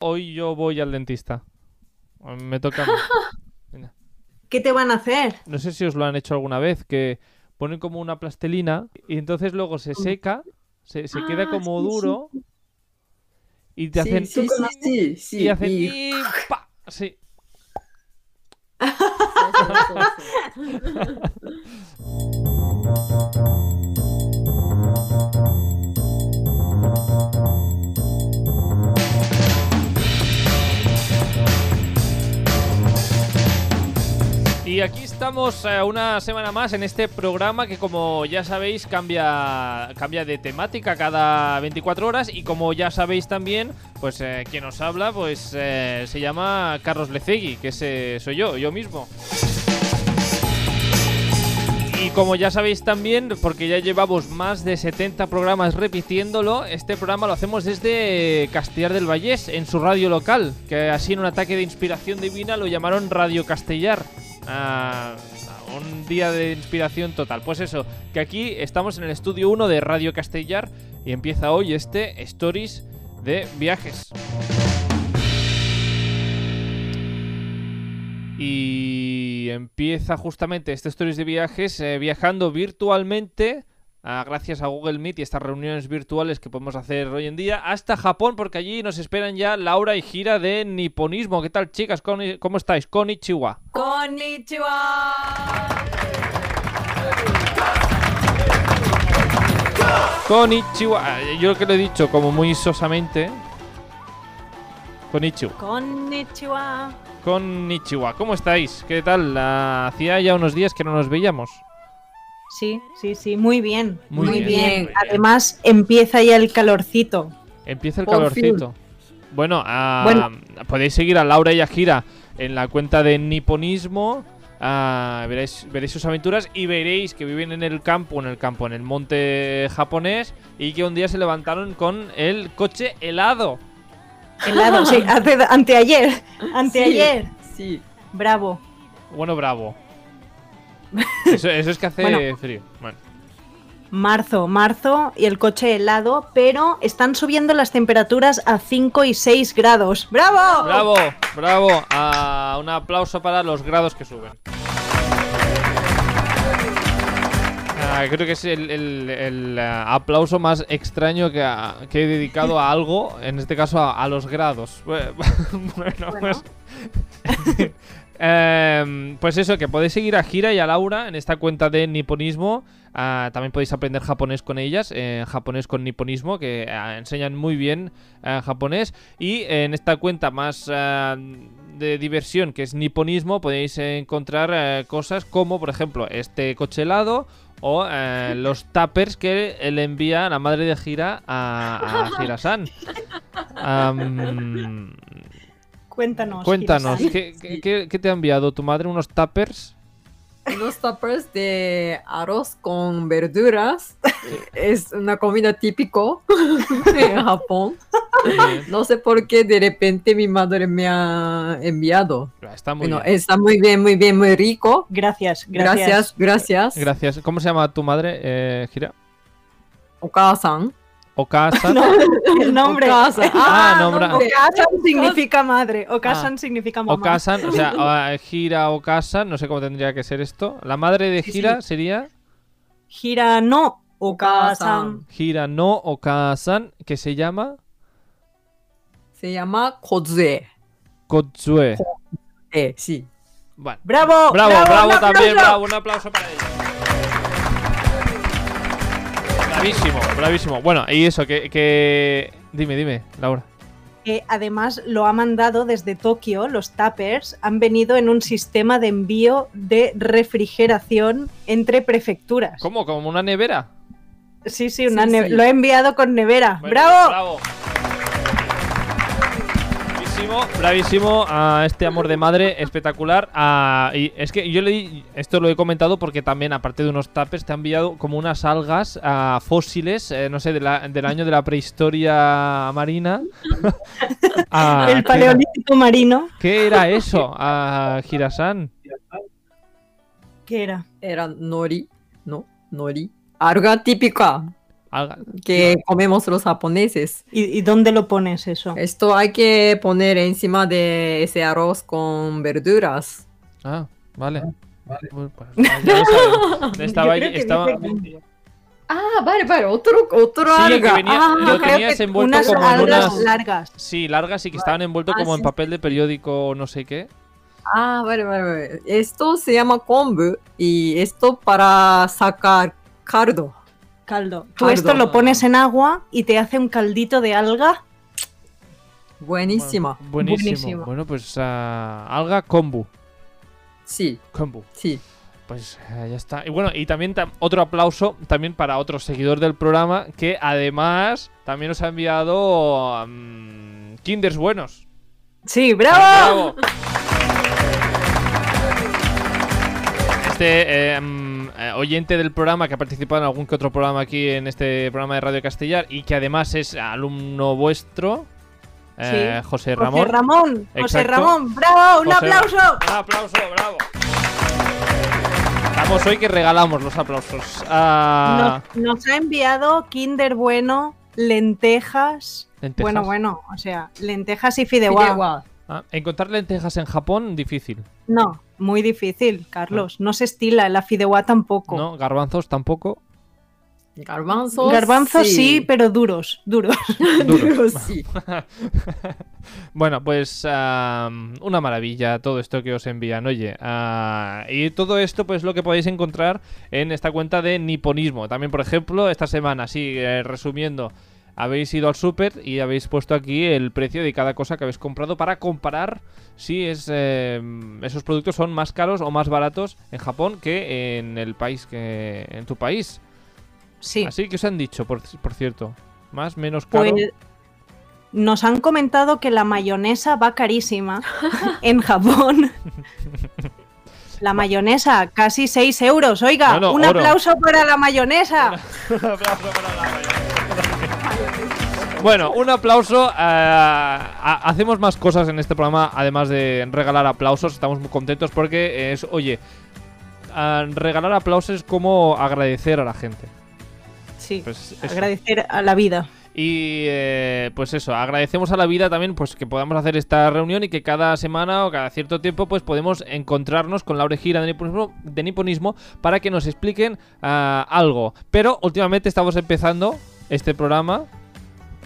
hoy yo voy al dentista. Me toca. a mí. ¿Qué te van a hacer? No sé si os lo han hecho alguna vez, que ponen como una plastelina y entonces luego se seca, se, se queda Ah, como sí, sí, duro y te Sí, hacen... sí, sí, sí, sí, y hacen... y- y pa, Sí. Y aquí estamos eh, una semana más en este programa que como ya sabéis cambia, cambia de temática cada 24 horas y como ya sabéis también, pues eh, quien nos habla pues eh, se llama Carlos Lecegui, que ese soy yo, yo mismo. Y como ya sabéis también, porque ya llevamos más de 70 programas repitiéndolo, este programa lo hacemos desde Castellar del Vallés, en su radio local, que así en un ataque de inspiración divina lo llamaron Radio Castellar. Ah, un día de inspiración total. Pues eso, que aquí estamos en el estudio 1 de Radio Castellar y empieza hoy este Stories de viajes. Y empieza justamente este Stories de viajes eh, viajando virtualmente, ah, gracias a Google Meet y estas reuniones virtuales que podemos hacer hoy en día, hasta Japón, porque allí nos esperan ya Laura y Gira de Niponismo. ¿Qué tal, chicas? Koni- ¿Cómo estáis? Konnichiwa. Konnichiwa. Ah, Yo que lo he dicho como muy sosamente. Konnichiwa. Konnichiwa. Konnichiwa. ¿Cómo estáis? ¿Qué tal? Ah, Hacía ya unos días que no nos veíamos. Sí, sí, sí, muy bien. Muy bien, muy bien. Además, empieza ya el calorcito. Empieza el Por calorcito. Bueno, ah, Bueno. podéis seguir a Laura y a Gira en la cuenta de Niponismo. Ah, veréis, veréis sus aventuras y veréis que viven en el campo, en el campo, en el monte japonés y que un día se levantaron con el coche helado. Helado, sí, hace- anteayer. Anteayer. Sí. Bravo. Bueno, bravo. Eso, eso es que hace Bueno. frío. Bueno. Marzo, marzo y el coche helado, pero están subiendo las temperaturas a 5 y 6 grados. ¡Bravo! Bravo, bravo. Ah, un aplauso para los grados que suben. Ah, creo que es el, el- el, ah, aplauso más extraño que, ha- que he dedicado a algo, en este caso a, a los grados. Bueno, pues... Em, pues eso, que podéis seguir a Gira y a Laura en esta cuenta de niponismo. Ah, también podéis aprender japonés con ellas, eh, japonés con niponismo, que ah, enseñan muy bien ah, japonés. Y en esta cuenta más ah, de diversión, que es niponismo, podéis eh, encontrar eh, cosas como, por ejemplo, este coche helado o eh, los tappers que le envía la madre de Gira a, a Gira-san. Am, Cuéntanos. Cuéntanos, Kira-san. ¿qué, qué- Sí. qué- qué te ha enviado tu madre? ¿Unos tuppers? Los tappers de arroz con verduras es una comida típico en Japón. No sé por qué de repente mi madre me ha enviado. Está muy bueno, bien. está muy bien, muy bien, muy rico. Gracias, gracias. Gracias, gracias. Gracias. ¿Cómo se llama tu madre, eh, Gira? Okasan. Okasa. El nombre. Okasan. Ah, Ah, nombra- nombre. Okasan significa madre. Okasan significa mamá. Okasan, Ah. o sea, ah, Gira Okasan, no sé cómo tendría que ser esto. La madre de Sí, sí. Gira sería Gira no Okasan. Okasan. Gira no Okasan, que se llama Se llama Kozue. Kotsue. Eh, sí. Vale. ¡Bravo! Bravo, bravo, un también, aplauso! bravo, un aplauso para ella. Bravísimo, bravísimo. Bueno, y eso, que, que... Dime, dime, Laura. que Eh, además lo ha mandado desde Tokio, los tappers han venido en un sistema de envío de refrigeración entre prefecturas. ¿Cómo? ¿Como una nevera? Sí, sí, una Sí, ne- sí. lo he enviado con nevera. Bueno, ¡Bravo! Bravísimo, bravísimo a este amor de madre espectacular. Ah, y es que yo le di- esto lo he comentado porque también, aparte de unos tapes, te ha enviado como unas algas ah, fósiles, eh, no sé, de la- del año de la prehistoria marina. Ah, El ¿qué- paleolítico marino, ¿Qué era eso, ah, Girasan? ¿qué era? Era nori. No, nori. Alga típica. Alga. que comemos los japoneses. ¿Y, y dónde lo pones eso? Eh, Esto hay que poner encima de ese arroz con verduras. Ah, vale. Pues, pues, ya lo sabía. Estaba, Yo creo que estaba- dice- Ah, vale, vale, otro, otro Sí, alga. que venía- Ah, lo creo tenías que envuelto unas como en algas unas- largas. Sí, largas y que estaban envueltos Ah, como en sí. papel de periódico o no sé qué. ah, vale, vale, vale. Esto se llama kombu y esto para sacar caldo. Caldo. Tú Caldo. esto lo pones en agua y te hace un caldito de alga. Buenísima. Bueno, buenísimo. Buenísimo. Bueno, pues ah, alga kombu. Sí, Kombu. sí. Pues eh, ya está. Y bueno, y también tam- otro aplauso también para otro seguidor del programa que además también nos ha enviado mm, Kinders buenos. Sí, bravo. Bravo. Este eh, mm, eh, oyente del programa que ha participado en algún que otro programa aquí en este programa de Radio Castellar y que además es alumno vuestro, eh, José Ramón. José Ramón, José Exacto. Ramón, bravo, un José- aplauso. Un aplauso, bravo. Estamos hoy que regalamos los aplausos. Ah, Nos, nos ha enviado Kinder Bueno, lentejas. lentejas. Bueno, bueno, o sea, lentejas y Fideuá. fideuá. Ah, encontrar lentejas en Japón, difícil. No, muy difícil, Carlos. No se estila, la fideuá tampoco. ¿No? Garbanzos tampoco. Garbanzos. Garbanzos sí. pero duros, duros. Duro. sí. Bueno, pues am, una maravilla todo esto que os envían, oye. ah, y todo esto, pues lo que podéis encontrar en esta cuenta de niponismo. También, por ejemplo, esta semana, sí, eh, resumiendo, habéis ido al súper y habéis puesto aquí el precio de cada cosa que habéis comprado para comparar si es, eh, esos productos son más caros o más baratos en Japón que en el país que en tu país. Sí. Así que os han dicho, por, por cierto, más, menos caro. Pues nos han comentado que la mayonesa va carísima en Japón. La mayonesa, casi 6 euros. Oiga, No, no, un oro. aplauso para la mayonesa. Un aplauso para la Mayo. Bueno, un aplauso. eh, a- hacemos más cosas en este programa, además de regalar aplausos. Estamos muy contentos porque es, oye, ah, regalar aplausos es como agradecer a la gente. Sí, Pues eso. agradecer a la vida. Y eh, pues eso, agradecemos a la vida también pues que podamos hacer esta reunión y que cada semana o cada cierto tiempo pues podemos encontrarnos con la orejira de niponismo, de niponismo para que nos expliquen ah, algo. Pero últimamente estamos empezando este programa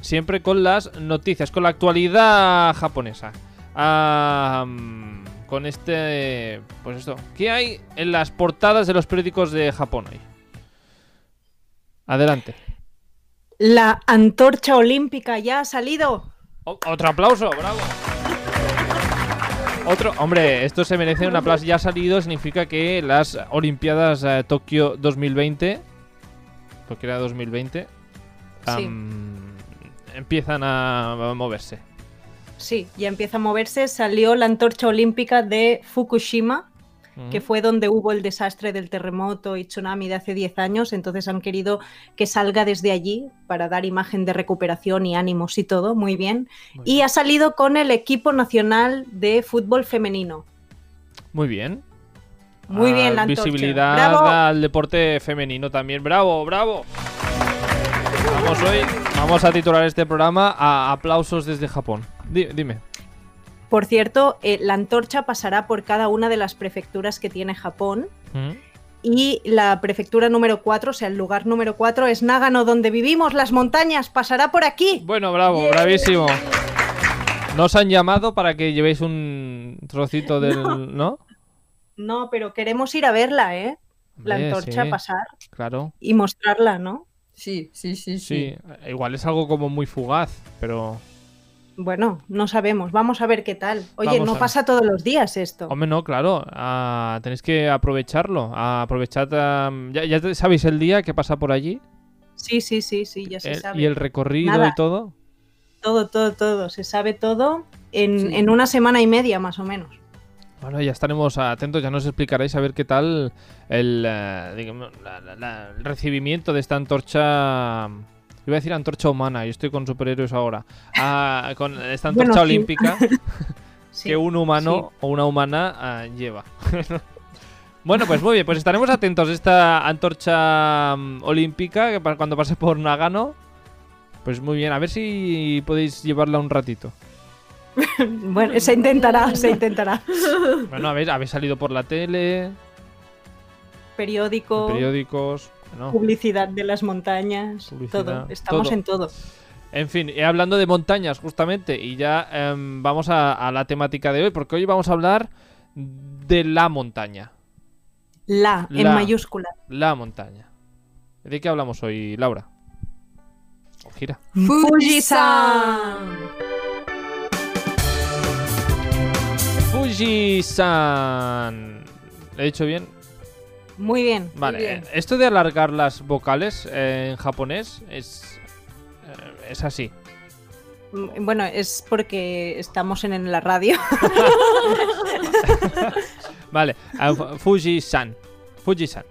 siempre con las noticias, con la actualidad japonesa. Ah, mm, con este... pues esto. ¿Qué hay en las portadas de los periódicos de Japón hoy? Adelante. La antorcha olímpica ya ha salido. O- otro aplauso, bravo. Otro, hombre, esto se merece un aplauso. Ya ha salido, significa que las Olimpiadas eh, Tokio 2020, porque era 2020, am, empiezan a moverse. Sí, ya empieza a moverse. Salió la antorcha olímpica de Fukushima, Ujú. que fue donde hubo el desastre del terremoto y tsunami de hace 10 años. Entonces han querido que salga desde allí para dar imagen de recuperación y ánimos y todo. Muy bien. Muy Y ha salido con el equipo nacional de fútbol femenino. Muy bien. Muy Ah, bien, la antorcha. Visibilidad Bravo. al deporte femenino también. Bravo, bravo. Vamos hoy, vamos a titular este programa a aplausos desde Japón. Di- dime. Por cierto, eh, la antorcha pasará por cada una de las prefecturas que tiene Japón. Ujú. Y la prefectura número 4, o sea, el lugar número 4 es Nágano, donde vivimos, las montañas, pasará por aquí. Bueno, bravo, bravísimo. Nos han llamado para que llevéis un trocito del. ¿No? No, pero queremos ir a verla, ¿eh? La Hombre, antorcha sí, pasar Claro. y mostrarla, ¿no? Sí, sí, sí, sí. Sí. igual es algo como muy fugaz, pero. Bueno, no sabemos, vamos a ver qué tal. Oye, Vamos a no ver. pasa todos los días esto. Hombre, no, claro. ah, tenéis que aprovecharlo. ah, aprovechad. ah, ya, ya te- sabéis el día que pasa por allí. Sí, sí, sí, sí, ya se el- sabe. y el recorrido Nada. y todo. Todo, todo, todo, se sabe todo en, Sí. en una semana y media más o menos. Bueno, ya estaremos atentos, ya nos explicaréis a ver qué tal el, eh, digamos, la- la- la- el recibimiento de esta antorcha. Iba a decir antorcha humana, yo estoy con superhéroes ahora. Ah, con esta antorcha Bueno, sí. olímpica Sí. que un humano o una humana ah, lleva. eh, Bueno, pues muy bien, pues estaremos atentos a esta antorcha mm, olímpica que para cuando pase por Nagano. Pues muy bien, a ver si podéis llevarla un ratito. Bueno, se intentará, se intentará. Bueno, habéis, habéis salido por la tele, en Periódico, periódicos. bueno. publicidad de las montañas, Publicidad, todo. Estamos todo. en todo. En fin, eh, hablando de montañas justamente, y ya em, vamos a, a la temática de hoy, porque hoy vamos a hablar de la montaña. La, en La. mayúscula. La montaña. ¿De qué hablamos hoy, Laura? O gira. Fujisan. Fujisan. ¿Lo he dicho bien? Muy bien. Vale. eh, bien. Esto de alargar las vocales eh, en japonés es. eh, es así. Mm, Bueno, es porque estamos en- en la radio. Vale. ah, fu- Fujisan. Fujisan.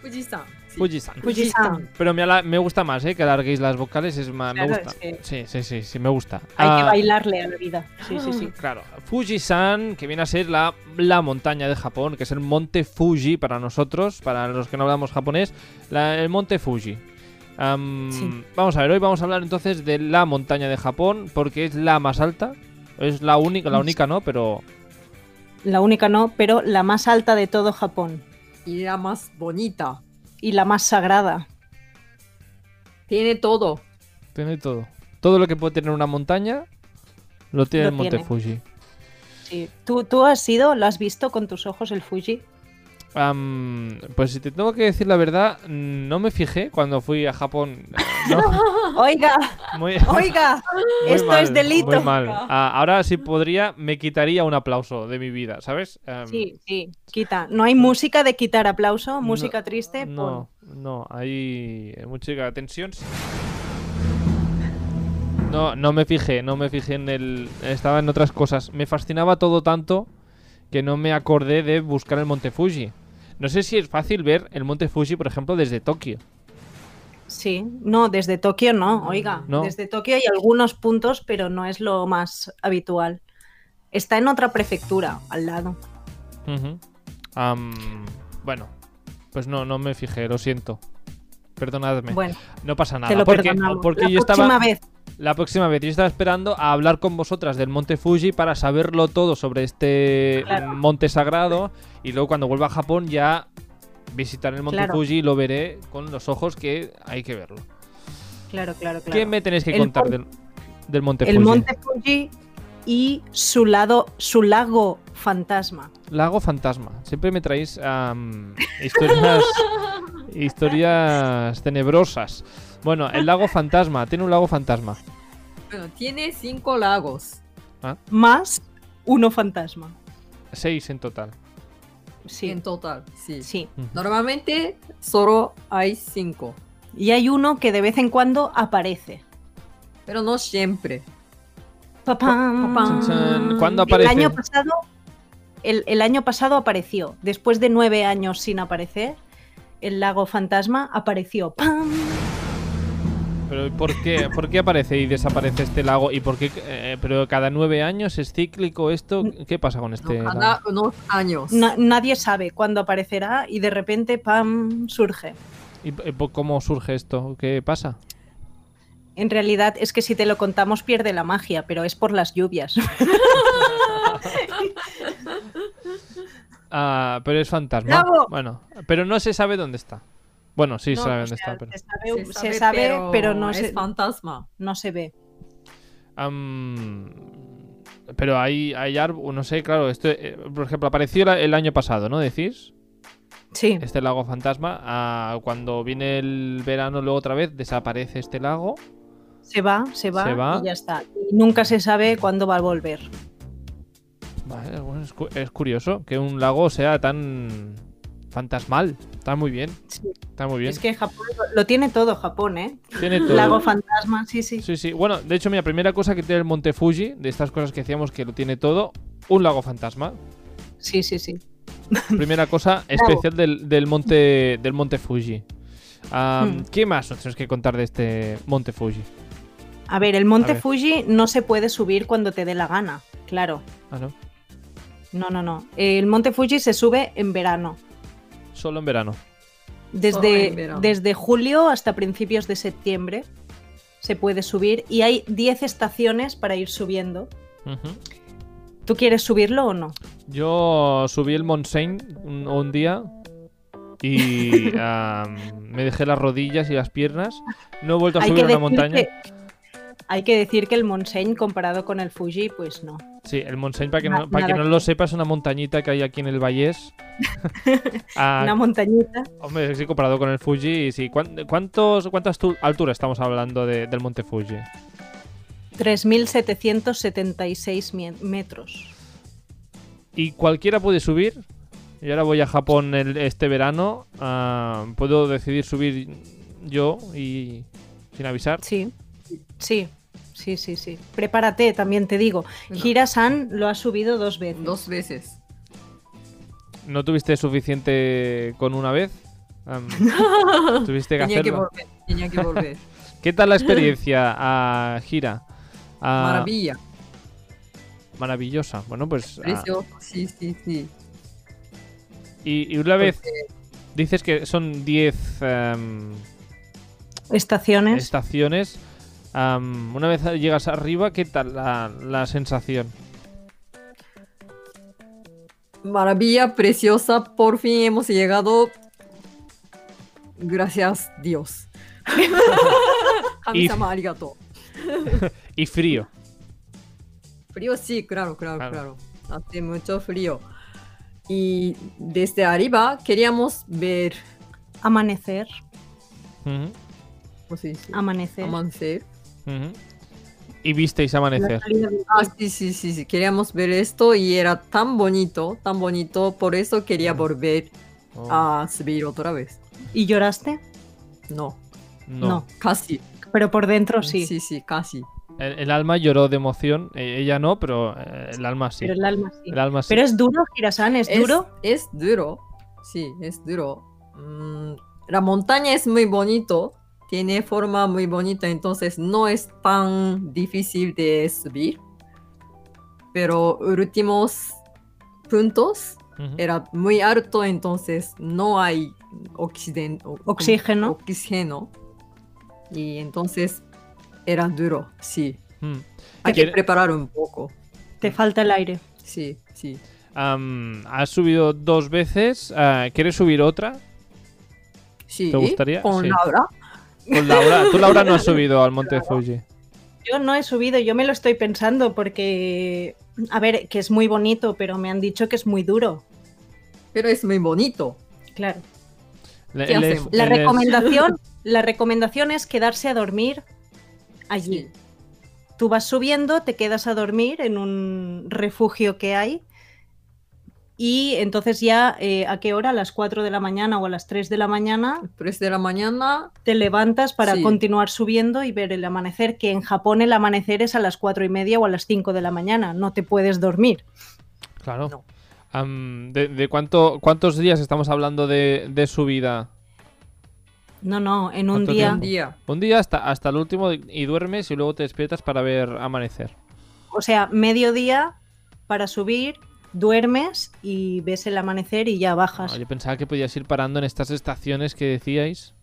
Fujisan. sí. Fujisan. Fujisan. Pero me, ala- me gusta más, ¿eh? Que alarguéis las vocales. Es más, me Claro, gusta. es Sí, sí, sí, sí, me gusta. Hay que Ah, bailarle a la vida. Sí, sí, sí. Claro, Fujisan, que viene a ser la, la montaña de Japón, que es el monte Fuji para nosotros, para los que no hablamos japonés, la- el monte Fuji. Am, Sí. Vamos a ver, hoy vamos a hablar entonces de la montaña de Japón, porque es la más alta. Es la única, la única no, pero La única no, pero la más alta de todo Japón. Y la más bonita. Y la más sagrada. Tiene todo. tiene todo. Todo lo que puede tener una montaña, lo tiene Lo el monte tiene. Fuji. Sí. ¿Tú, ¿Tú has ido, lo has visto con tus ojos el Fuji? Am, pues si te tengo que decir la verdad, no me fijé cuando fui a Japón. eh, No, Oiga, muy- oiga, Muy esto mal, es delito. muy mal. Ah, ahora, si podría, me quitaría un aplauso de mi vida, ¿sabes? Em, Sí, sí, quita. No hay música de quitar aplauso, No, música triste. No, no, hay mucha tensión. sí. No, no me fijé, no me fijé en el. Estaba en otras cosas. Me fascinaba todo tanto que no me acordé de buscar el Monte Fuji. No sé si es fácil ver el Monte Fuji, por ejemplo, desde Tokio. pon- pues, Sí, no, desde Tokio no, oiga. Mm, No. Desde Tokio hay algunos puntos, pero no es lo más habitual. Está en otra prefectura, al lado. Ujú. Am, bueno, pues no, no me fijé, lo siento. Perdonadme. Bueno, no pasa nada. te lo porque perdonamos. porque La yo próxima estaba. vez. La próxima vez. Yo estaba esperando a hablar con vosotras del monte Fuji para saberlo todo sobre este Claro. monte sagrado. Y luego cuando vuelva a Japón ya visitaré el monte Claro. Fuji y lo veré con los ojos que hay que verlo. Claro, claro, claro. ¿Qué me tenéis que El contar mon- del, del monte el Fuji? monte Fuji y su lado, su lago fantasma. Lago Fantasma. Siempre me traéis am, historias, historias tenebrosas. Bueno, el lago fantasma. Tiene un lago fantasma. Bueno, tiene cinco lagos. Más uno fantasma. Seis en total. Sí, En total. Sí. sí. Normalmente solo hay cinco. Y hay uno que de vez en cuando aparece. Pero no siempre. Papam. Papam. Chan, chan. ¿Cuándo El aparece? año pasado, el, el año pasado apareció. Después de nueve años sin aparecer, el lago fantasma apareció. ¡Pam! Pero ¿y ¿por qué, ¿por qué aparece y desaparece este lago? ¿Y por qué? eh, pero cada nueve años es cíclico esto. ¿Qué pasa con ¿no? este Cada lago? unos años. Na- nadie sabe cuándo aparecerá y de repente, ¡pam! surge. ¿Y y po- cómo surge esto? ¿Qué pasa? En realidad es que si te lo contamos pierde la magia, pero es por las lluvias. Ah, pero es fantasma. ¡Lago! Bueno, pero no se sabe dónde está. Bueno, sí No, se sabe O dónde sea, está, pero. se sabe, Se se sabe, pero, no, es se, fantasma. no se ve. Am, pero hay, hay árboles, no sé, claro, esto, eh, por ejemplo, apareció la- el año pasado, ¿no? Decís, Sí, este lago fantasma, ah, cuando viene el verano luego otra vez desaparece este lago. se va, se va, Se va. y ya está. Y nunca se sabe cuándo va a volver. Vale, bueno, es, cu- es curioso que un lago sea tan fantasmal, está muy bien, Sí. está muy bien. Es que Japón lo- lo tiene todo Japón, ¿eh? Tiene todo. Lago fantasma, sí, sí. Sí, sí. Bueno, de hecho, mira, primera cosa que tiene el Monte Fuji, de estas cosas que decíamos que lo tiene todo, un lago fantasma. Sí, sí, sí. Primera cosa especial del, del monte del monte Fuji. Ah, Hmm. ¿Qué más nos tienes que contar de este monte Fuji? A ver, el A monte ver. Fuji no se puede subir cuando te dé la gana, claro. Ah, ¿no? No, no, no. El monte Fuji se sube en verano. Solo en verano. Desde, en verano. desde julio hasta principios de septiembre se puede subir y hay 10 estaciones para ir subiendo. Ujú. ¿Tú quieres subirlo o no? Yo subí el Mont Saint un, un día y am, me dejé las rodillas y las piernas. No he vuelto a Hay subir una que decir montaña. que- hay que decir que el Montseny comparado con el Fuji, pues no. Sí, el Mont Saint, para que, Na- no, para nada que no que- lo sepa, es una montañita que hay aquí en el Vallés. Ah, Una montañita. hombre, sí, comparado con el Fuji, sí. ¿Cuán- ¿Cuántos, ¿Cuántas tu- alturas estamos hablando de- del Monte Fuji? 3.776 mie- metros. y cualquiera puede subir. Y ahora voy a Japón el- este verano. ah, puedo decidir subir yo y sin avisar. Sí. Sí, sí, sí, sí. Prepárate, también te digo. No. Hira-san lo ha subido dos veces. Dos veces. ¿No tuviste suficiente con una vez? Am, tuviste que Tenía que hacerlo. volver. Tenía que volver. ¿Qué tal la experiencia a Gira? Ah, Maravilla. maravillosa. Bueno, pues. ah, Precioso. Sí, sí, sí. y, y una vez dices que son 10 em, Estaciones. estaciones. am, una vez llegas arriba, ¿qué tal la, la sensación? Maravilla, preciosa. Por fin hemos llegado. Gracias, Dios. Kami-sama, arigato. Y frío. Frío, sí, claro, claro, Claro. claro, Hace mucho frío. Y desde arriba queríamos ver. Amanecer. Ujú. ¿Cómo se dice? Amanecer. Amanecer. Ujú. Y visteis amanecer. Ah, sí, sí, sí, sí. Queríamos ver esto y era tan bonito, tan bonito. Por eso quería volver Oh, a subir otra vez. ¿Y lloraste? No, no. no. casi. Pero por dentro Oh, sí. Sí, sí, casi. El, el alma lloró de emoción. Eh, ella no, pero eh, el alma sí. Pero el alma sí. El alma sí. Pero es duro, Hirasan, es duro. Es duro. Sí, es duro. Mm, la montaña es muy bonito. Tiene forma muy bonita, entonces no es tan difícil de subir. Pero últimos puntos Ujú. era muy alto, entonces no hay oxiden- o- Oxígeno. oxígeno. Y entonces era duro, sí. Mm. Hay que Quiere- preparar un poco. Te falta el aire. Sí, sí. Am, has subido dos veces. ah, ¿Quieres subir otra? sí. ¿Te gustaría? Con Sí. Laura. Con Laura. Tú, Laura, no has subido al Monte Fuji. Yo no he subido, yo me lo estoy pensando porque, a ver, que es muy bonito, pero me han dicho que es muy duro. Pero es muy bonito. Claro. Le- ¿Qué él es- hacemos? La él es- recomendación, la recomendación es quedarse a dormir allí. Tú vas subiendo, te quedas a dormir en un refugio que hay y entonces ya eh, a qué hora, a las 4 de la mañana o a las 3 de la mañana, 3 de la mañana. te levantas para Sí. continuar subiendo y ver el amanecer, que en Japón el amanecer es a las 4 y media o a las 5 de la mañana, no te puedes dormir. Claro. No. Am, ¿De, de cuánto, cuántos días estamos hablando de, de subida? No, no, en un ¿Cuánto día... Un día. Un día hasta, hasta el último y duermes y luego te despiertas para ver amanecer. O sea, mediodía para subir, duermes y ves el amanecer y ya Ah, bajas. yo pensaba que podías ir parando en estas estaciones que decíais.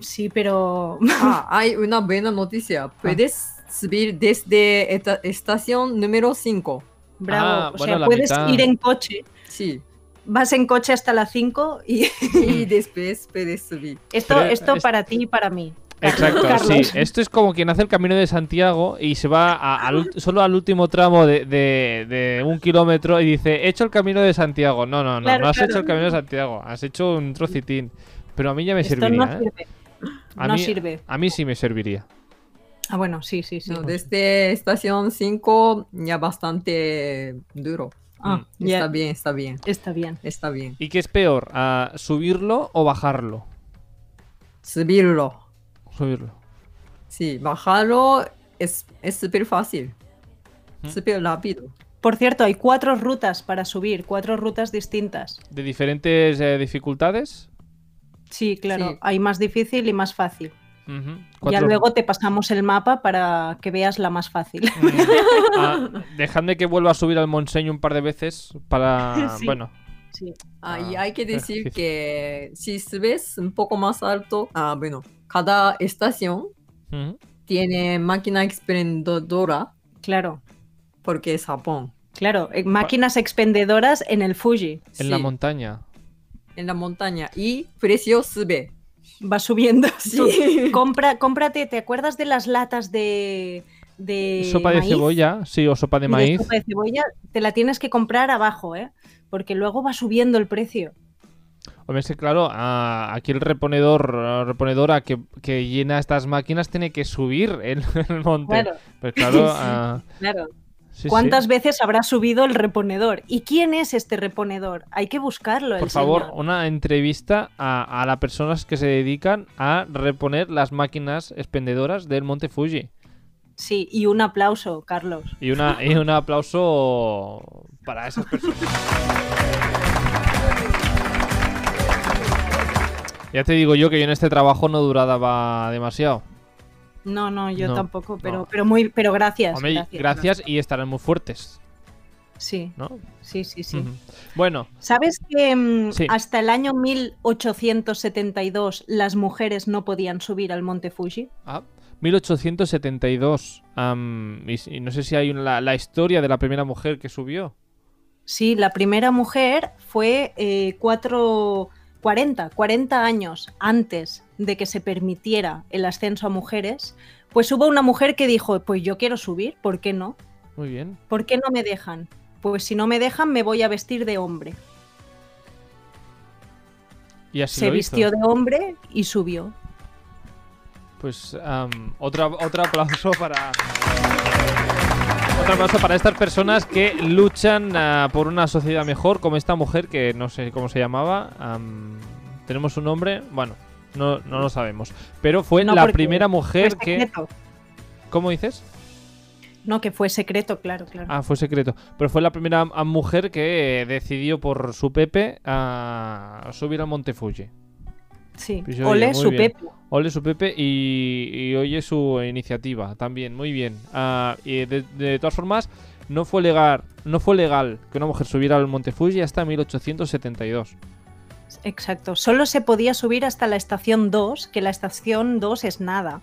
Sí, pero Ah, hay una buena noticia. Puedes subir desde esta- estación número 5. bravo. Ah, o bueno, la sea, puedes mitad. ir en coche. Sí. Vas en coche hasta las 5 y y después puedes subir. esto, Pero esto es- para ti y para mí. Exacto, Carlos. sí. Esto es como quien hace el camino de Santiago y se va a- al ult- solo al último tramo de, de- de un kilómetro y dice, he hecho el camino de Santiago. No, no, no, Claro, no has claro. hecho el camino de Santiago, has hecho un trocitín. Pero a mí ya me Esto serviría, no ¿eh? sirve. A no mí- sirve. A mí sí me serviría. Ah, bueno, sí, sí, sí. No, desde estación 5 ya bastante duro. Ah, Mm, ya, Está bien, está bien, está bien. está bien. ¿Y qué es peor, ah, subirlo o bajarlo? Subirlo. Subirlo. Sí, bajarlo es es súper fácil. ¿Mm? Súper rápido. Por cierto, hay cuatro rutas para subir, cuatro rutas distintas. ¿De diferentes eh, dificultades? Sí, claro, Sí. hay más difícil y más fácil. Ujú, Ya cuatro- luego te pasamos el mapa para que veas la más fácil. Mm. Ah, dejadme que vuelva a subir al Monseño un par de veces para. Sí. Bueno, Ah, y Ah, hay que decir difícil. que si subes un poco más alto, ah, bueno, cada estación ujú, tiene máquina expendedora Claro, porque es Japón. claro. eh, Máquinas expendedoras en el Fuji. en la Sí, montaña. en la montaña. Y precio sube. Va subiendo. Sí. Compra, cómprate, ¿te acuerdas de las latas de. de sopa de maíz? cebolla, sí, o sopa de Y maíz. sopa de cebolla? Te la tienes que comprar abajo, ¿eh? Porque luego va subiendo el precio. Hombre, es que claro, ah, aquí el reponedor, ah, reponedora que, que llena estas máquinas tiene que subir el, el monte. Claro, Pues claro, Sí. ah, claro. sí, sí. ¿Cuántas veces habrá subido el reponedor? ¿Y quién es este reponedor? Hay que buscarlo. el Por favor, señor. una entrevista a, a las personas que se dedican a reponer las máquinas expendedoras del Monte Fuji. Sí, y un aplauso, Carlos. Y, una, y un aplauso para esas personas. Ya te digo yo que yo en este trabajo no duraba demasiado. No, no, yo No, tampoco, pero, no. pero muy, pero gracias. Hombre, gracias, y estarán muy fuertes, Sí, ¿no? sí, sí, sí. Ujú. Bueno, ¿Sabes que mm, Sí. hasta el año 1872 las mujeres no podían subir al monte Fuji? ah, 1872. am, y, y no sé si hay una- la, la historia de la primera mujer que subió. Sí, la primera mujer fue eh, cuatro- 40, 40 años antes de que se permitiera el ascenso a mujeres, pues hubo una mujer que dijo, pues yo quiero subir, ¿por qué no? Muy bien. ¿Por qué no me dejan? Pues si no me dejan me voy a vestir de hombre. Y así se lo hizo. vistió de hombre y subió. Pues am, otra, otro aplauso para. Otro aplauso para estas personas que luchan ah, por una sociedad mejor, como esta mujer que no sé cómo se llamaba. am, ¿Tenemos un nombre? Bueno, no, no lo sabemos. Pero fue No, la porque primera Fue mujer que. secreto. ¿Cómo dices? No, que fue secreto, claro, claro. Ah, fue secreto. Pero fue la primera ah, mujer que eh, decidió por su Pepe a subir al Monte Fuji. sí. pues yo Ole diría, muy su bien. Pepe. Ole su Pepe y, y oye su iniciativa también, muy bien. Ah, y de, de todas formas, no fue legal, no fue legal que una mujer subiera al Monte Fuji hasta 1872. Exacto. Solo se podía subir hasta la estación 2, que la estación 2 es nada.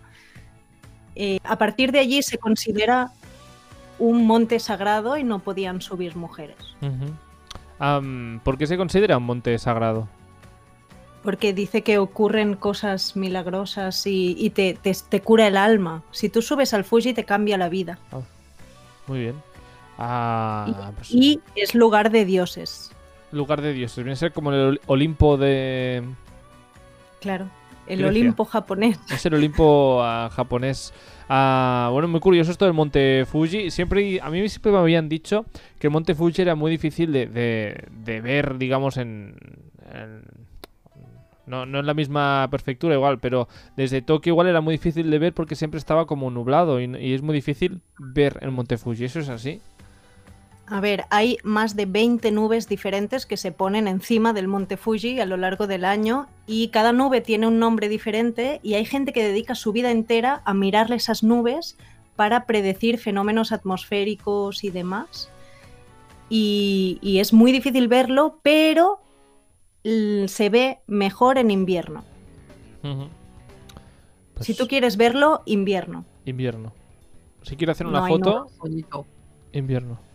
Eh, a partir de allí se considera un monte sagrado y no podían subir mujeres. Ujú. Am, ¿Por qué se considera un monte sagrado? Porque dice que ocurren cosas milagrosas y, y te, te- te cura el alma. Si tú subes al Fuji te cambia la vida. Muy bien. Ah, pues, Y es lugar de dioses. lugar de dioses. Viene a ser como el Oli- Olimpo de. Claro. El Grecia. Olimpo japonés. Es el Olimpo ah, japonés. Ah, bueno, muy curioso esto del Monte Fuji. Siempre, a mí siempre me habían dicho que el Monte Fuji era muy difícil de, de- de ver, digamos, en... en- no, no en la misma prefectura igual, pero desde Tokio igual era muy difícil de ver porque siempre estaba como nublado y, y es muy difícil ver el Monte Fuji. ¿Eso es así? A ver, hay más de 20 nubes diferentes que se ponen encima del monte Fuji a lo largo del año y cada nube tiene un nombre diferente y hay gente que dedica su vida entera a mirarle esas nubes para predecir fenómenos atmosféricos y demás. Y, y es muy difícil verlo, pero l- se ve mejor en invierno. Pues, Si tú quieres verlo, invierno. Invierno. Si quiero hacer una No hay foto, Bonito. invierno.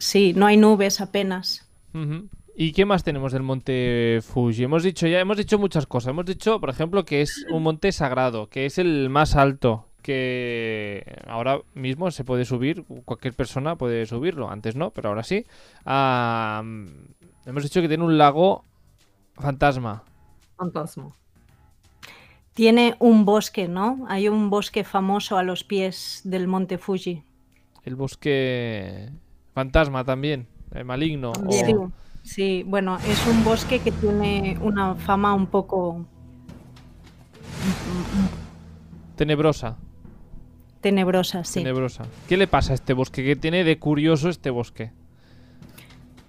Sí, no hay nubes apenas. Ujú. ¿Y qué más tenemos del monte Fuji? Hemos dicho ya, hemos dicho muchas cosas. Hemos dicho, por ejemplo, que es un monte sagrado, que es el más alto, que ahora mismo se puede subir, cualquier persona puede subirlo, antes no, pero ahora sí. Ah, hemos dicho que tiene un lago fantasma. Fantasma. Tiene un bosque, ¿no? Hay un bosque famoso a los pies del monte Fuji. El bosque fantasma también, eh, maligno. o- Sí, sí, bueno, es un bosque que tiene una fama un poco tenebrosa, tenebrosa, sí. tenebrosa. ¿Qué le pasa a este bosque? ¿Qué tiene de curioso este bosque?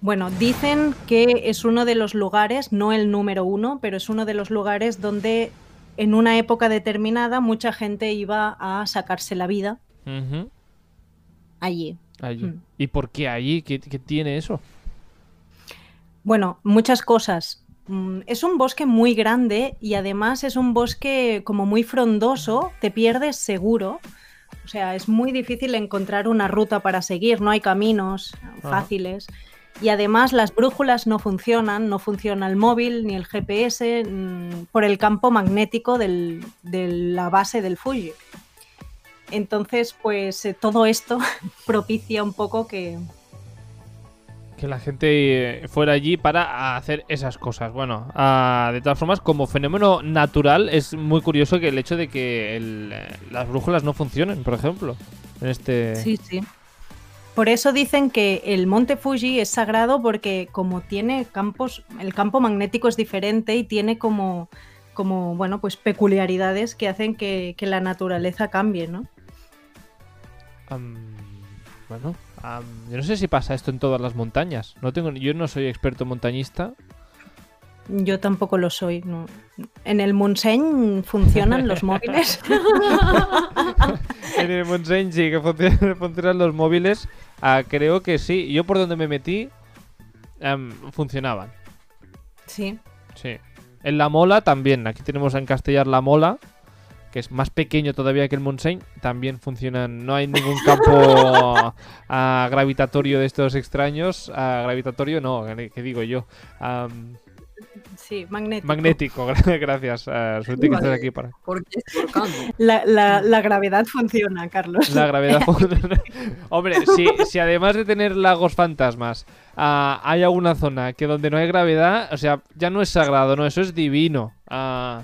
Bueno, dicen que es uno de los lugares, no el número uno, pero es uno de los lugares donde en una época determinada mucha gente iba a sacarse la vida Ujú, allí. allí. Mm. ¿Y por qué allí? ¿Qué, qué tiene eso? Bueno, muchas cosas. Mm, Es un bosque muy grande y además es un bosque como muy frondoso, te pierdes seguro. O sea, es muy difícil encontrar una ruta para seguir, no hay caminos Ajá. fáciles. Y además las brújulas no funcionan, no funciona el móvil ni el GPS mm, por el campo magnético del- de la base del Fuji. Entonces, pues eh, todo esto propicia un poco que, Que la gente eh, fuera allí para hacer esas cosas. Bueno, ah, de todas formas, como fenómeno natural, es muy curioso que el hecho de que el, eh, las brújulas no funcionen, por ejemplo. En este. Sí, sí. Por eso dicen que el monte Fuji es sagrado porque como tiene campos, el campo magnético es diferente y tiene como, como bueno, pues peculiaridades que hacen que, que la naturaleza cambie, ¿no? Am, bueno, am, yo no sé si pasa esto en todas las montañas. No tengo, yo no soy experto montañista. Yo tampoco lo soy. no. En el Montseny funcionan los móviles. En el Montseny sí, que funcionan, funcionan los móviles. Ah, creo que sí. Yo por donde me metí am, funcionaban. Sí. Sí. En La Mola también. Aquí tenemos en Castellar La Mola, que es más pequeño todavía que el Montseny. También funcionan. No hay ningún campo ah, gravitatorio de estos extraños. Ah, gravitatorio no, ¿qué digo yo? Am, Sí, magnético. magnético, gra- gracias. Ah, suerte que estás aquí para. Porque es volcán. La, la- la gravedad funciona, Carlos. La gravedad. Hombre, si, si además de tener lagos fantasmas, ah, hay alguna zona que donde no hay gravedad, o sea, ya no es sagrado, no, eso es divino. ah,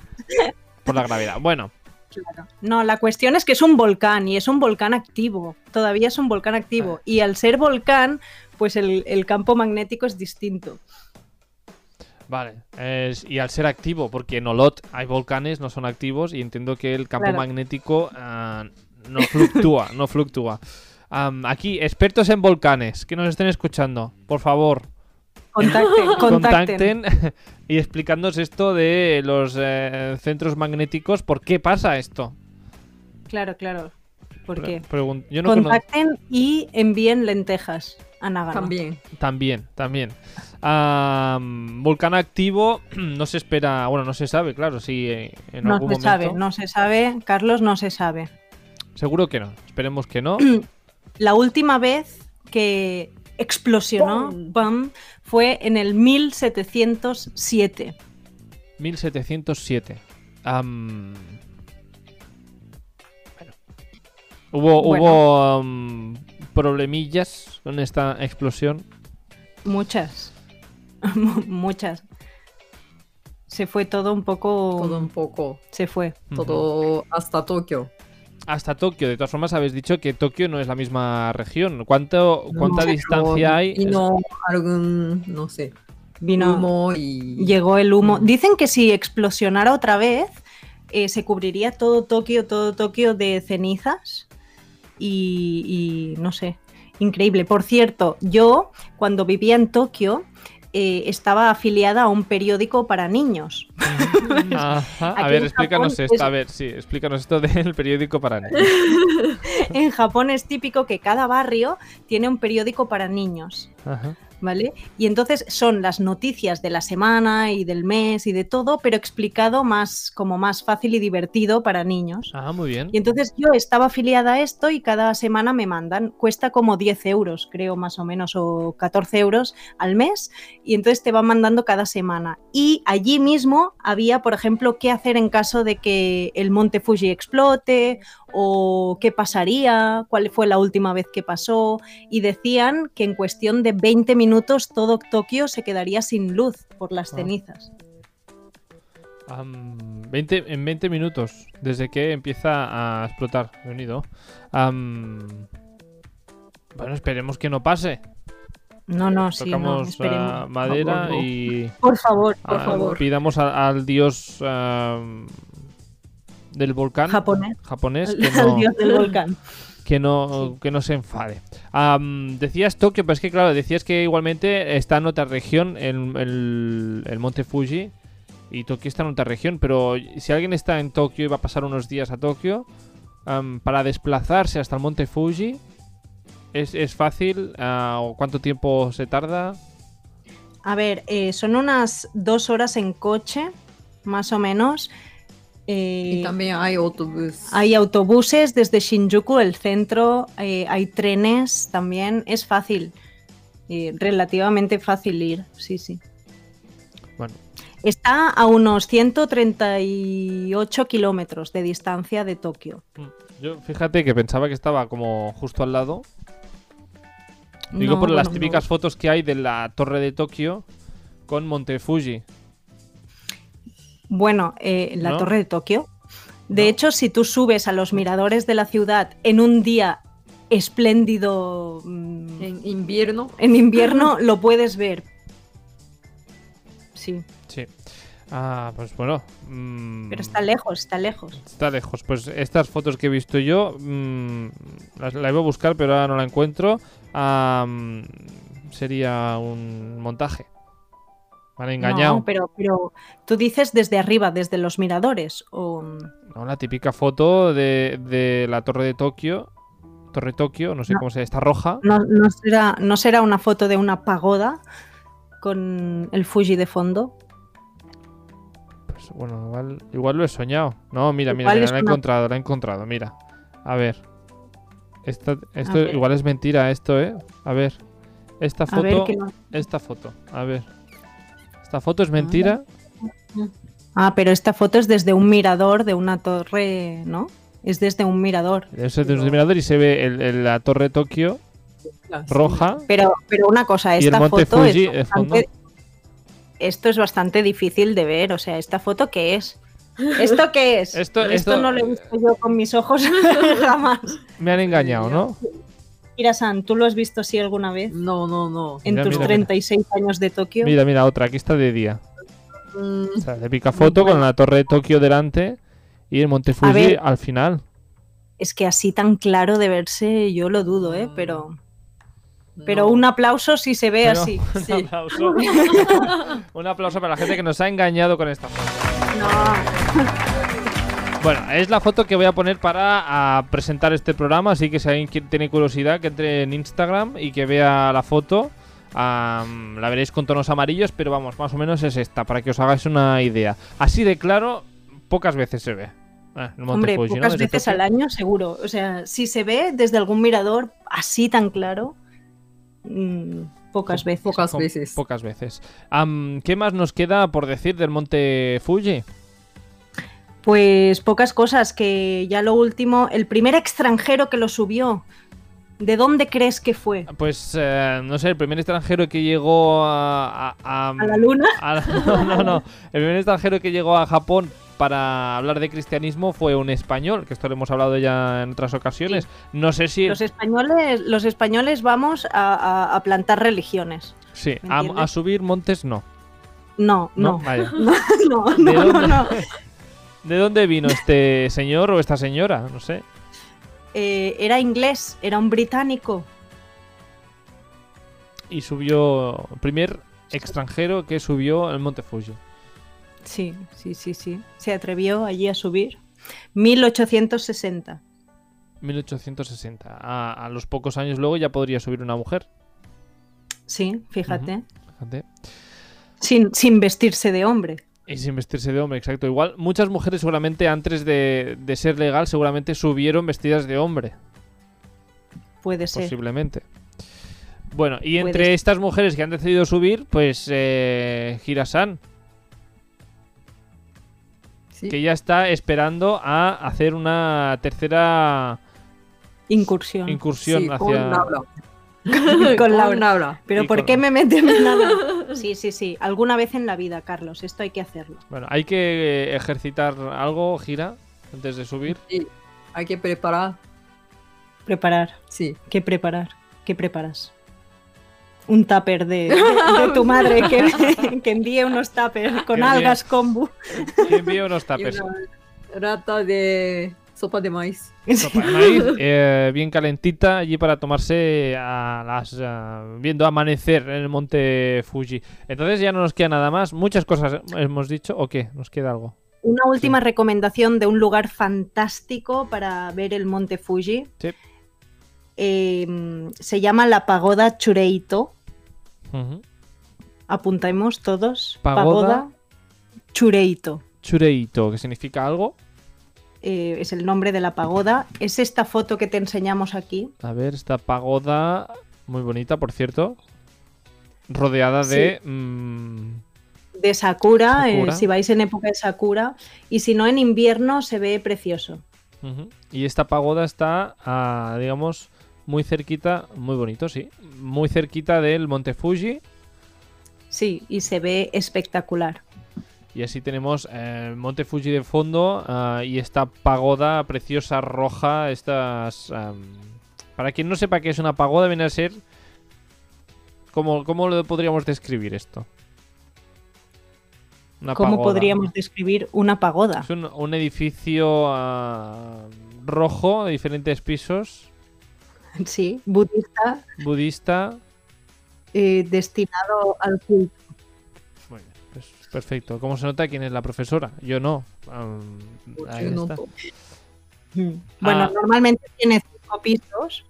por la gravedad. Bueno, Claro. No, la cuestión es que es un volcán y es un volcán activo. Todavía es un volcán Ah. activo. Y al ser volcán, pues el, el campo magnético es distinto. vale. Es- y al ser activo, porque en Olot hay volcanes, no son activos, y entiendo que el campo Claro. magnético ah, no fluctúa, no fluctúa. Am, aquí, expertos en volcanes, que nos estén escuchando, por favor, Contacten, contacten. contacten, y explicándonos esto de los eh, centros magnéticos, ¿por qué pasa esto? Claro, claro. ¿Por Pre- qué? pregun- Yo no conozco. Contacten y envíen lentejas a Nagano. También. También, también. Am, volcán activo, no se espera, bueno, no se sabe, claro, si eh, en No se algún momento. sabe, no se sabe, Carlos, no se sabe. Seguro que no, esperemos que no. La última vez que explosionó ¡Pum! ¡pam! fue en el 1707. 1707. Am, bueno. Hubo, Bueno. hubo am, problemillas con esta explosión. Muchas. Mu- Muchas. Se fue todo un poco. Todo un poco. Se fue. Todo hasta Tokio. Hasta Tokio. De todas formas, habéis dicho que Tokio no es la misma región. ¿Cuánto, ¿Cuánta No, distancia hay? Y no algún, no sé, Vino. humo y... Llegó el humo. Mm. Dicen que si explosionara otra vez, eh, se cubriría todo Tokio, todo Tokio de cenizas. Y, y no sé. Increíble. Por cierto, yo cuando vivía en Tokio eh, estaba afiliada a un periódico para niños. Ajá. A Aquí ver, en explícanos Japón esto. es- A ver, sí, explícanos esto del periódico para niños. en Japón es típico que cada barrio tiene un periódico para niños. Ajá. ¿vale? Y entonces son las noticias de la semana y del mes y de todo, pero explicado más como más fácil y divertido para niños. Ah, muy bien. Y entonces yo estaba afiliada a esto y cada semana me mandan, cuesta como 10 euros, creo más o menos, o 14 euros al mes, y entonces te van mandando cada semana. Y allí mismo había, por ejemplo, qué hacer en caso de que el monte Fuji explote, o qué pasaría, cuál fue la última vez que pasó, y decían que en cuestión de 20 minutos todo Tokio se quedaría sin luz por las Ah. cenizas. Am, 20, en 20 minutos, desde que empieza a explotar. He venido. Am, bueno, esperemos que no pase. No, no, sí, no, Tocamos esperemos. ah, madera Por favor, no. y Por favor, por ah, favor. pidamos a- al dios am, del volcán Japonés. japonés Al- que al no, dios del volcán. que no, que no se enfade. Am, decías Tokio, pero es que claro, decías que igualmente está en otra región, el, el- el monte Fuji, Y Tokio está en otra región, pero si alguien está en Tokio y va a pasar unos días a Tokio, am, para desplazarse hasta el monte Fuji, ¿es, es fácil? Ah, ¿O cuánto tiempo se tarda? A ver, eh, son unas dos horas en coche, más o menos. Eh, Y también hay autobús. Hay autobuses desde Shinjuku, el centro, eh, hay trenes también, es fácil, eh, relativamente fácil ir, sí, sí. Bueno. Está a unos 138 kilómetros de distancia de Tokio. Yo fíjate que pensaba que estaba como justo al lado. Digo No, por las bueno, típicas fotos que hay de la torre de Tokio con Monte Fuji. no. Bueno, eh, la ¿No? torre de Tokio. De No. hecho, si tú subes a los miradores de la ciudad en un día espléndido mm, En invierno. en invierno, lo puedes ver. Sí. Sí. Ah, pues bueno. mm, Pero está lejos, está lejos. Está lejos. Pues estas fotos que he visto yo, mm, las, la iba a buscar, pero ahora no la encuentro. Ah, mm, sería un montaje. Me han engañado. No, pero, pero tú dices desde arriba, desde los miradores. O... No, la típica foto de, de la torre de Tokio. Torre Tokio, no sé No. cómo se está roja. No, no será, no será una foto de una pagoda con el Fuji de fondo. Pues bueno, igual, igual lo he soñado. No, mira, mira, Igual mira, es la he una- encontrado, la he encontrado, mira. A ver. Esta- esto ver. igual es mentira esto, ¿eh? A ver. Esta A ver foto, que no- esta foto, a ver. Esta foto es mentira. Ah, pero esta foto es desde un mirador de una torre, ¿no? Es desde un mirador. Eso es de un Pero- mirador y se ve el- el- la torre Tokio roja. Pero, pero una cosa, Y el esta monte foto Fuji de es fondo. bastante- Esto es bastante difícil de ver, o sea, ¿esta foto qué es? ¿Esto qué es? Esto- esto- no lo he visto yo con mis ojos jamás. Me han engañado, ¿no? Kira-san, ¿tú lo has visto así alguna vez? No, no, no. En Mira, tus mira, mira. 36 años de Tokio. Mira, mira, otra, aquí está de día. Mm, O sea, la típica foto con la torre de Tokio delante y el monte A Fuji ver. al final. Es que así tan claro de verse, yo lo dudo, ¿eh? Pero, pero no. un aplauso si se ve Pero- así. Un aplauso. Un aplauso para la gente que nos ha engañado con esta foto. No, Bueno, es la foto que voy a poner para ah, presentar este programa, así que si alguien qui- tiene curiosidad que entre en Instagram y que vea la foto. Am, la veréis con tonos amarillos, pero vamos, más o menos es esta, para que os hagáis una idea. Así de claro, pocas veces se ve. Ah, el Monte hombre, Fuji, ¿no? pocas Desde veces Tokio. al año seguro. O sea, si se ve desde algún mirador así tan claro, mm, pocas veces. Pocas Con- veces. Pocas veces. Am, ¿Qué más nos queda por decir del monte Fuji? Pues pocas cosas, que ya lo último, el primer extranjero que lo subió, ¿de dónde crees que fue? Pues, eh, no sé, el primer extranjero que llegó a... A, a- ¿A la luna? a la- Ah, no, no, no. El primer extranjero que llegó a Japón para hablar de cristianismo fue un español, que esto lo hemos hablado ya en otras ocasiones. No sé si... Los españoles, los españoles vamos a, a- a plantar religiones. sí, ¿me a, entiendes? a subir montes no. No, No, no. vaya. No, ¿De no, no, dónde? no. ¿De dónde vino este señor o esta señora? No sé. Eh, era inglés, era un británico. Y subió... el Primer extranjero que subió el monte Fuji. Sí, sí, sí, sí. Se atrevió allí a subir. 1860. 1860. A, a los pocos años luego ya podría subir una mujer. Sí, fíjate. Fíjate. sin, sin vestirse de hombre. Y sin vestirse de hombre, exacto. Igual muchas mujeres seguramente antes de, de ser legal seguramente subieron vestidas de hombre, Pues Puede ser. posiblemente. Bueno, y Puede entre ser. estas mujeres que han decidido subir, pues eh, Hirasan, Sí. que ya está esperando a hacer una tercera Incursión. incursión Sí, con hacia... Laura. Con Laura. Laura. Y Pero con- ¿por qué me meten en nada? Sí, sí, sí. Alguna vez en la vida, Carlos. Esto hay que hacerlo. Bueno, hay que eh, ejercitar algo, Gira, antes de subir. Hay que preparar. Preparar. Sí. ¿Qué preparar? ¿Qué preparas? Un tupper de, de- de tu madre que, que envíe unos tuppers Qué con bien. algas kombu. Y envío unos Y tapes. una rata de sopa de maíz. Sopa de maíz, eh, bien calentita allí para tomarse a las ah, viendo amanecer en el monte Fuji. Entonces ya no nos queda nada más. Muchas cosas hemos dicho. ¿O qué? ¿Nos queda algo? Una última recomendación de un lugar fantástico para ver el monte Fuji. Sí. Eh, se llama la pagoda Chureito. Ujú. Apuntemos todos. Pagoda. Chureito. Chureito, que significa algo. eh, es el nombre de la pagoda. Es esta foto que te enseñamos aquí. A ver, esta pagoda muy bonita, por cierto. Rodeada de... mm, de Sakura, Sakura. eh, si vais en época de Sakura, y si no en invierno se ve precioso. ujú. Y esta pagoda está, ah, digamos, muy cerquita, muy bonito, sí. Muy cerquita del Monte Fuji. Sí, y se ve espectacular. Y así tenemos eh, el Monte Fuji de fondo ah, y esta pagoda preciosa roja. Estas. am, para quien no sepa qué es una pagoda, viene a ser. ¿Cómo, cómo lo podríamos describir esto? Una ¿Cómo pagoda. podríamos describir una pagoda? Es un, un edificio ah, rojo de diferentes pisos, Sí, budista budista. eh, destinado al culto. Muy bien, pues, perfecto. ¿Cómo se nota quién es la profesora? Yo no. Am, ahí Pues Yo no está. to- Mm. Bueno, Ah. normalmente tiene cinco pisos.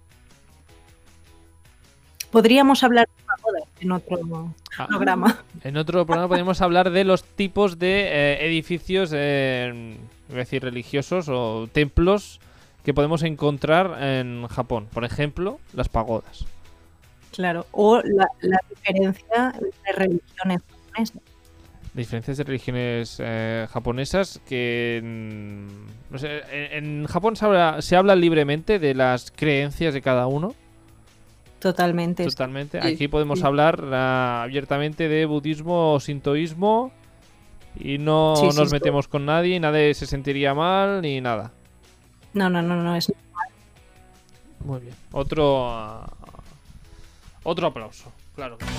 Podríamos hablar de pagodas en otro Ah. programa. En otro programa podemos hablar de los tipos de eh, edificios, eh, iba a decir, religiosos o templos que podemos encontrar en Japón. Por ejemplo, las pagodas. Claro, o la, la diferencia entre religiones japonesas. Diferencias de religiones eh, japonesas que... mm, no sé, en, en Japón se habla, se habla libremente de las creencias de cada uno, Totalmente. totalmente. sí, Aquí podemos sí. hablar ah, abiertamente de budismo o sintoísmo y no Sí, sí, nos sí. metemos con nadie, nadie se sentiría mal ni nada. No, no, no, no, es Muy bien. Otro. ah, Otro aplauso. Claro. que sí.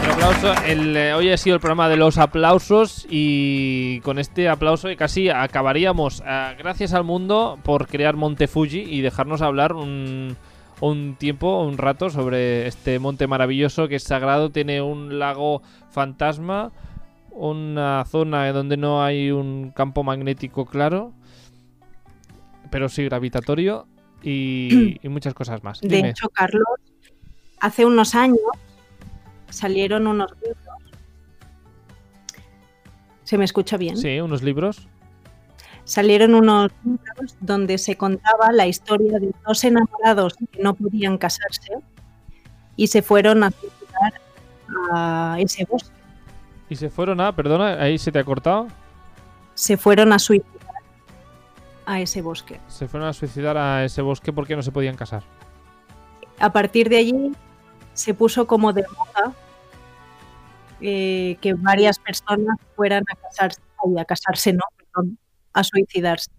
Otro aplauso. El, eh, hoy ha sido el programa de los aplausos y con este aplauso casi acabaríamos. Ah, gracias al mundo por crear Monte Fuji y dejarnos hablar un, un tiempo, un rato sobre este monte maravilloso que es sagrado, tiene un lago fantasma, una zona donde no hay un campo magnético claro, pero sí gravitatorio y, y muchas cosas más. De Dime. hecho, Carlos, hace unos años salieron unos libros. ¿Se me escucha bien? Sí, unos libros. Salieron unos libros donde se contaba la historia de dos enamorados que no podían casarse y se fueron a suicidar a ese bosque. Y se fueron a, perdona, ahí se te ha cortado. Se fueron a suicidar a ese bosque. Se fueron a suicidar a ese bosque porque no se podían casar. A partir de allí se puso como de moda eh, que varias personas fueran a casarse, ay, a casarse no, perdón, a suicidarse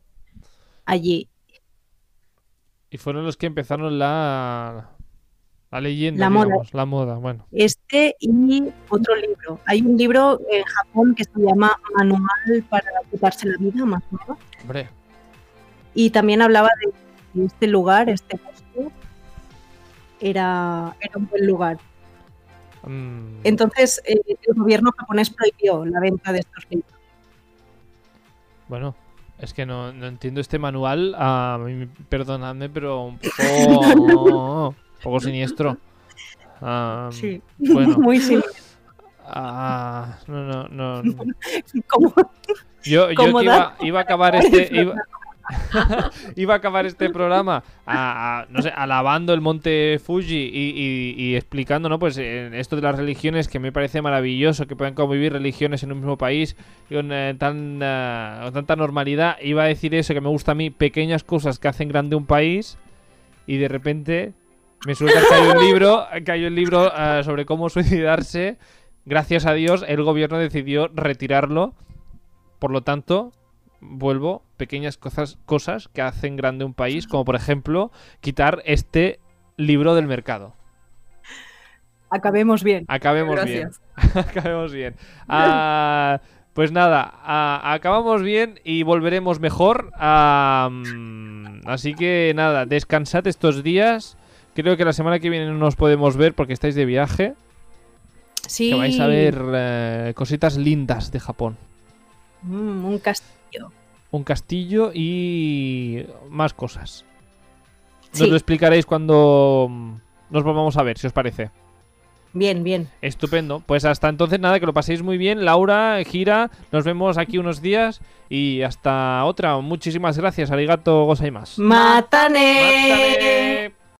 allí. Y fueron los que empezaron la. La leyenda, La moda. digamos, la moda, bueno. Este y otro libro. Hay un libro en Japón que se llama Manual para quitarse la vida, más o menos, Hombre, y también hablaba de este lugar, este bosque, era, era un buen lugar. mm, Entonces eh, el gobierno japonés prohibió la venta de estos libros. bueno, es que no, no entiendo este manual. ah, m- perdonadme, pero un poco, un poco siniestro. Ah, Sí. Bueno, Muy similar. ah, no, no, no, no. como Yo, yo Como que iba, dato iba a acabar este iba, iba a acabar este programa a- a, no sé, alabando el monte Fuji y, y- y explicando no pues eh, esto de las religiones que me parece maravilloso que puedan convivir religiones en un mismo país y con, eh, tan, eh, con tanta normalidad iba a decir eso que me gusta a mí pequeñas cosas que hacen grande un país y de repente me suelta que hay un libro que hay un libro eh, sobre cómo suicidarse gracias a Dios el gobierno decidió retirarlo por lo tanto, vuelvo, pequeñas cosas, cosas que hacen grande un país, como por ejemplo quitar este libro del mercado. acabemos bien. Acabemos bien. Gracias. Acabemos bien. Ah, Pues nada, a- acabamos bien y volveremos mejor. am, así que nada, descansad estos días. Creo que la semana que viene no nos podemos ver porque estáis de viaje. Sí. Que vais a ver eh, cositas lindas de Japón. Mm, un castillo. Un castillo y más cosas. Nos Sí. lo explicaréis cuando mm, nos volvamos a ver, si os parece. Bien, bien. Estupendo. Pues hasta entonces nada, que lo paséis muy bien. Laura, Gira, nos vemos aquí unos días y hasta otra. Muchísimas gracias. Arigato gozaimasu. Matane. Matane.